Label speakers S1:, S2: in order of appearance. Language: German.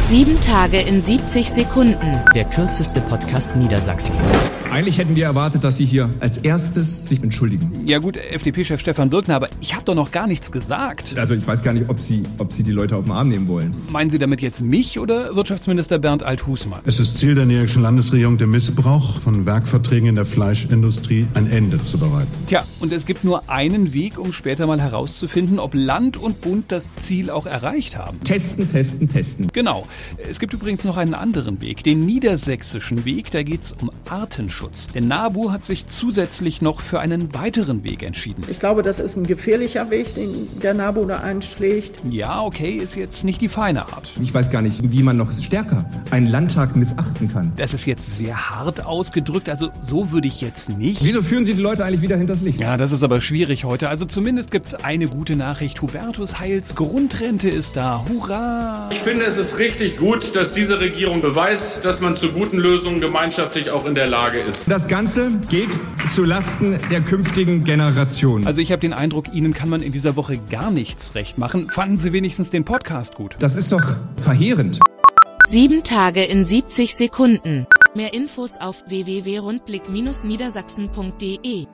S1: Sieben Tage in 70 Sekunden.
S2: Der kürzeste Podcast Niedersachsens.
S3: Eigentlich hätten wir erwartet, dass Sie hier als erstes sich entschuldigen.
S4: Ja gut, FDP-Chef Stefan Birkner, aber ich habe doch noch gar nichts gesagt.
S3: Also ich weiß gar nicht, ob Sie, ob Sie die Leute auf den Arm nehmen wollen.
S4: Meinen Sie damit jetzt mich oder Wirtschaftsminister Bernd Althusmann?
S5: Es ist Ziel der niederländischen Landesregierung, dem Missbrauch von Werkverträgen in der Fleischindustrie ein Ende zu bereiten.
S4: Tja, und es gibt nur einen Weg, um später mal herauszufinden, ob Land und Bund das Ziel auch erreicht haben.
S3: Testen, testen, testen.
S4: Genau. Es gibt übrigens noch einen anderen Weg, den niedersächsischen Weg. Da geht es um Artenschutz. Denn NABU hat sich zusätzlich noch für einen weiteren Weg entschieden.
S6: Ich glaube, das ist ein gefährlicher Weg, den der NABU da einschlägt.
S4: Ja, okay, ist jetzt nicht die feine Art.
S3: Ich weiß gar nicht, wie man noch stärker einen Landtag missachten kann.
S4: Das ist jetzt sehr hart ausgedrückt, also so würde ich jetzt nicht.
S3: Wieso führen Sie die Leute eigentlich wieder hinters Licht?
S4: Ja, das ist aber schwierig heute. Also zumindest gibt's eine gute Nachricht. Hubertus Heils Grundrente ist da. Hurra!
S7: Ich finde, es ist richtig gut, dass diese Regierung beweist, dass man zu guten Lösungen gemeinschaftlich auch in der Lage ist.
S3: Das Ganze geht zu Lasten der künftigen Generation.
S4: Also ich habe den Eindruck, Ihnen kann man in dieser Woche gar nichts recht machen. Fanden Sie wenigstens den Podcast gut?
S3: Das ist doch verheerend.
S1: Sieben Tage in 70 Sekunden. Mehr Infos auf www.rundblick-niedersachsen.de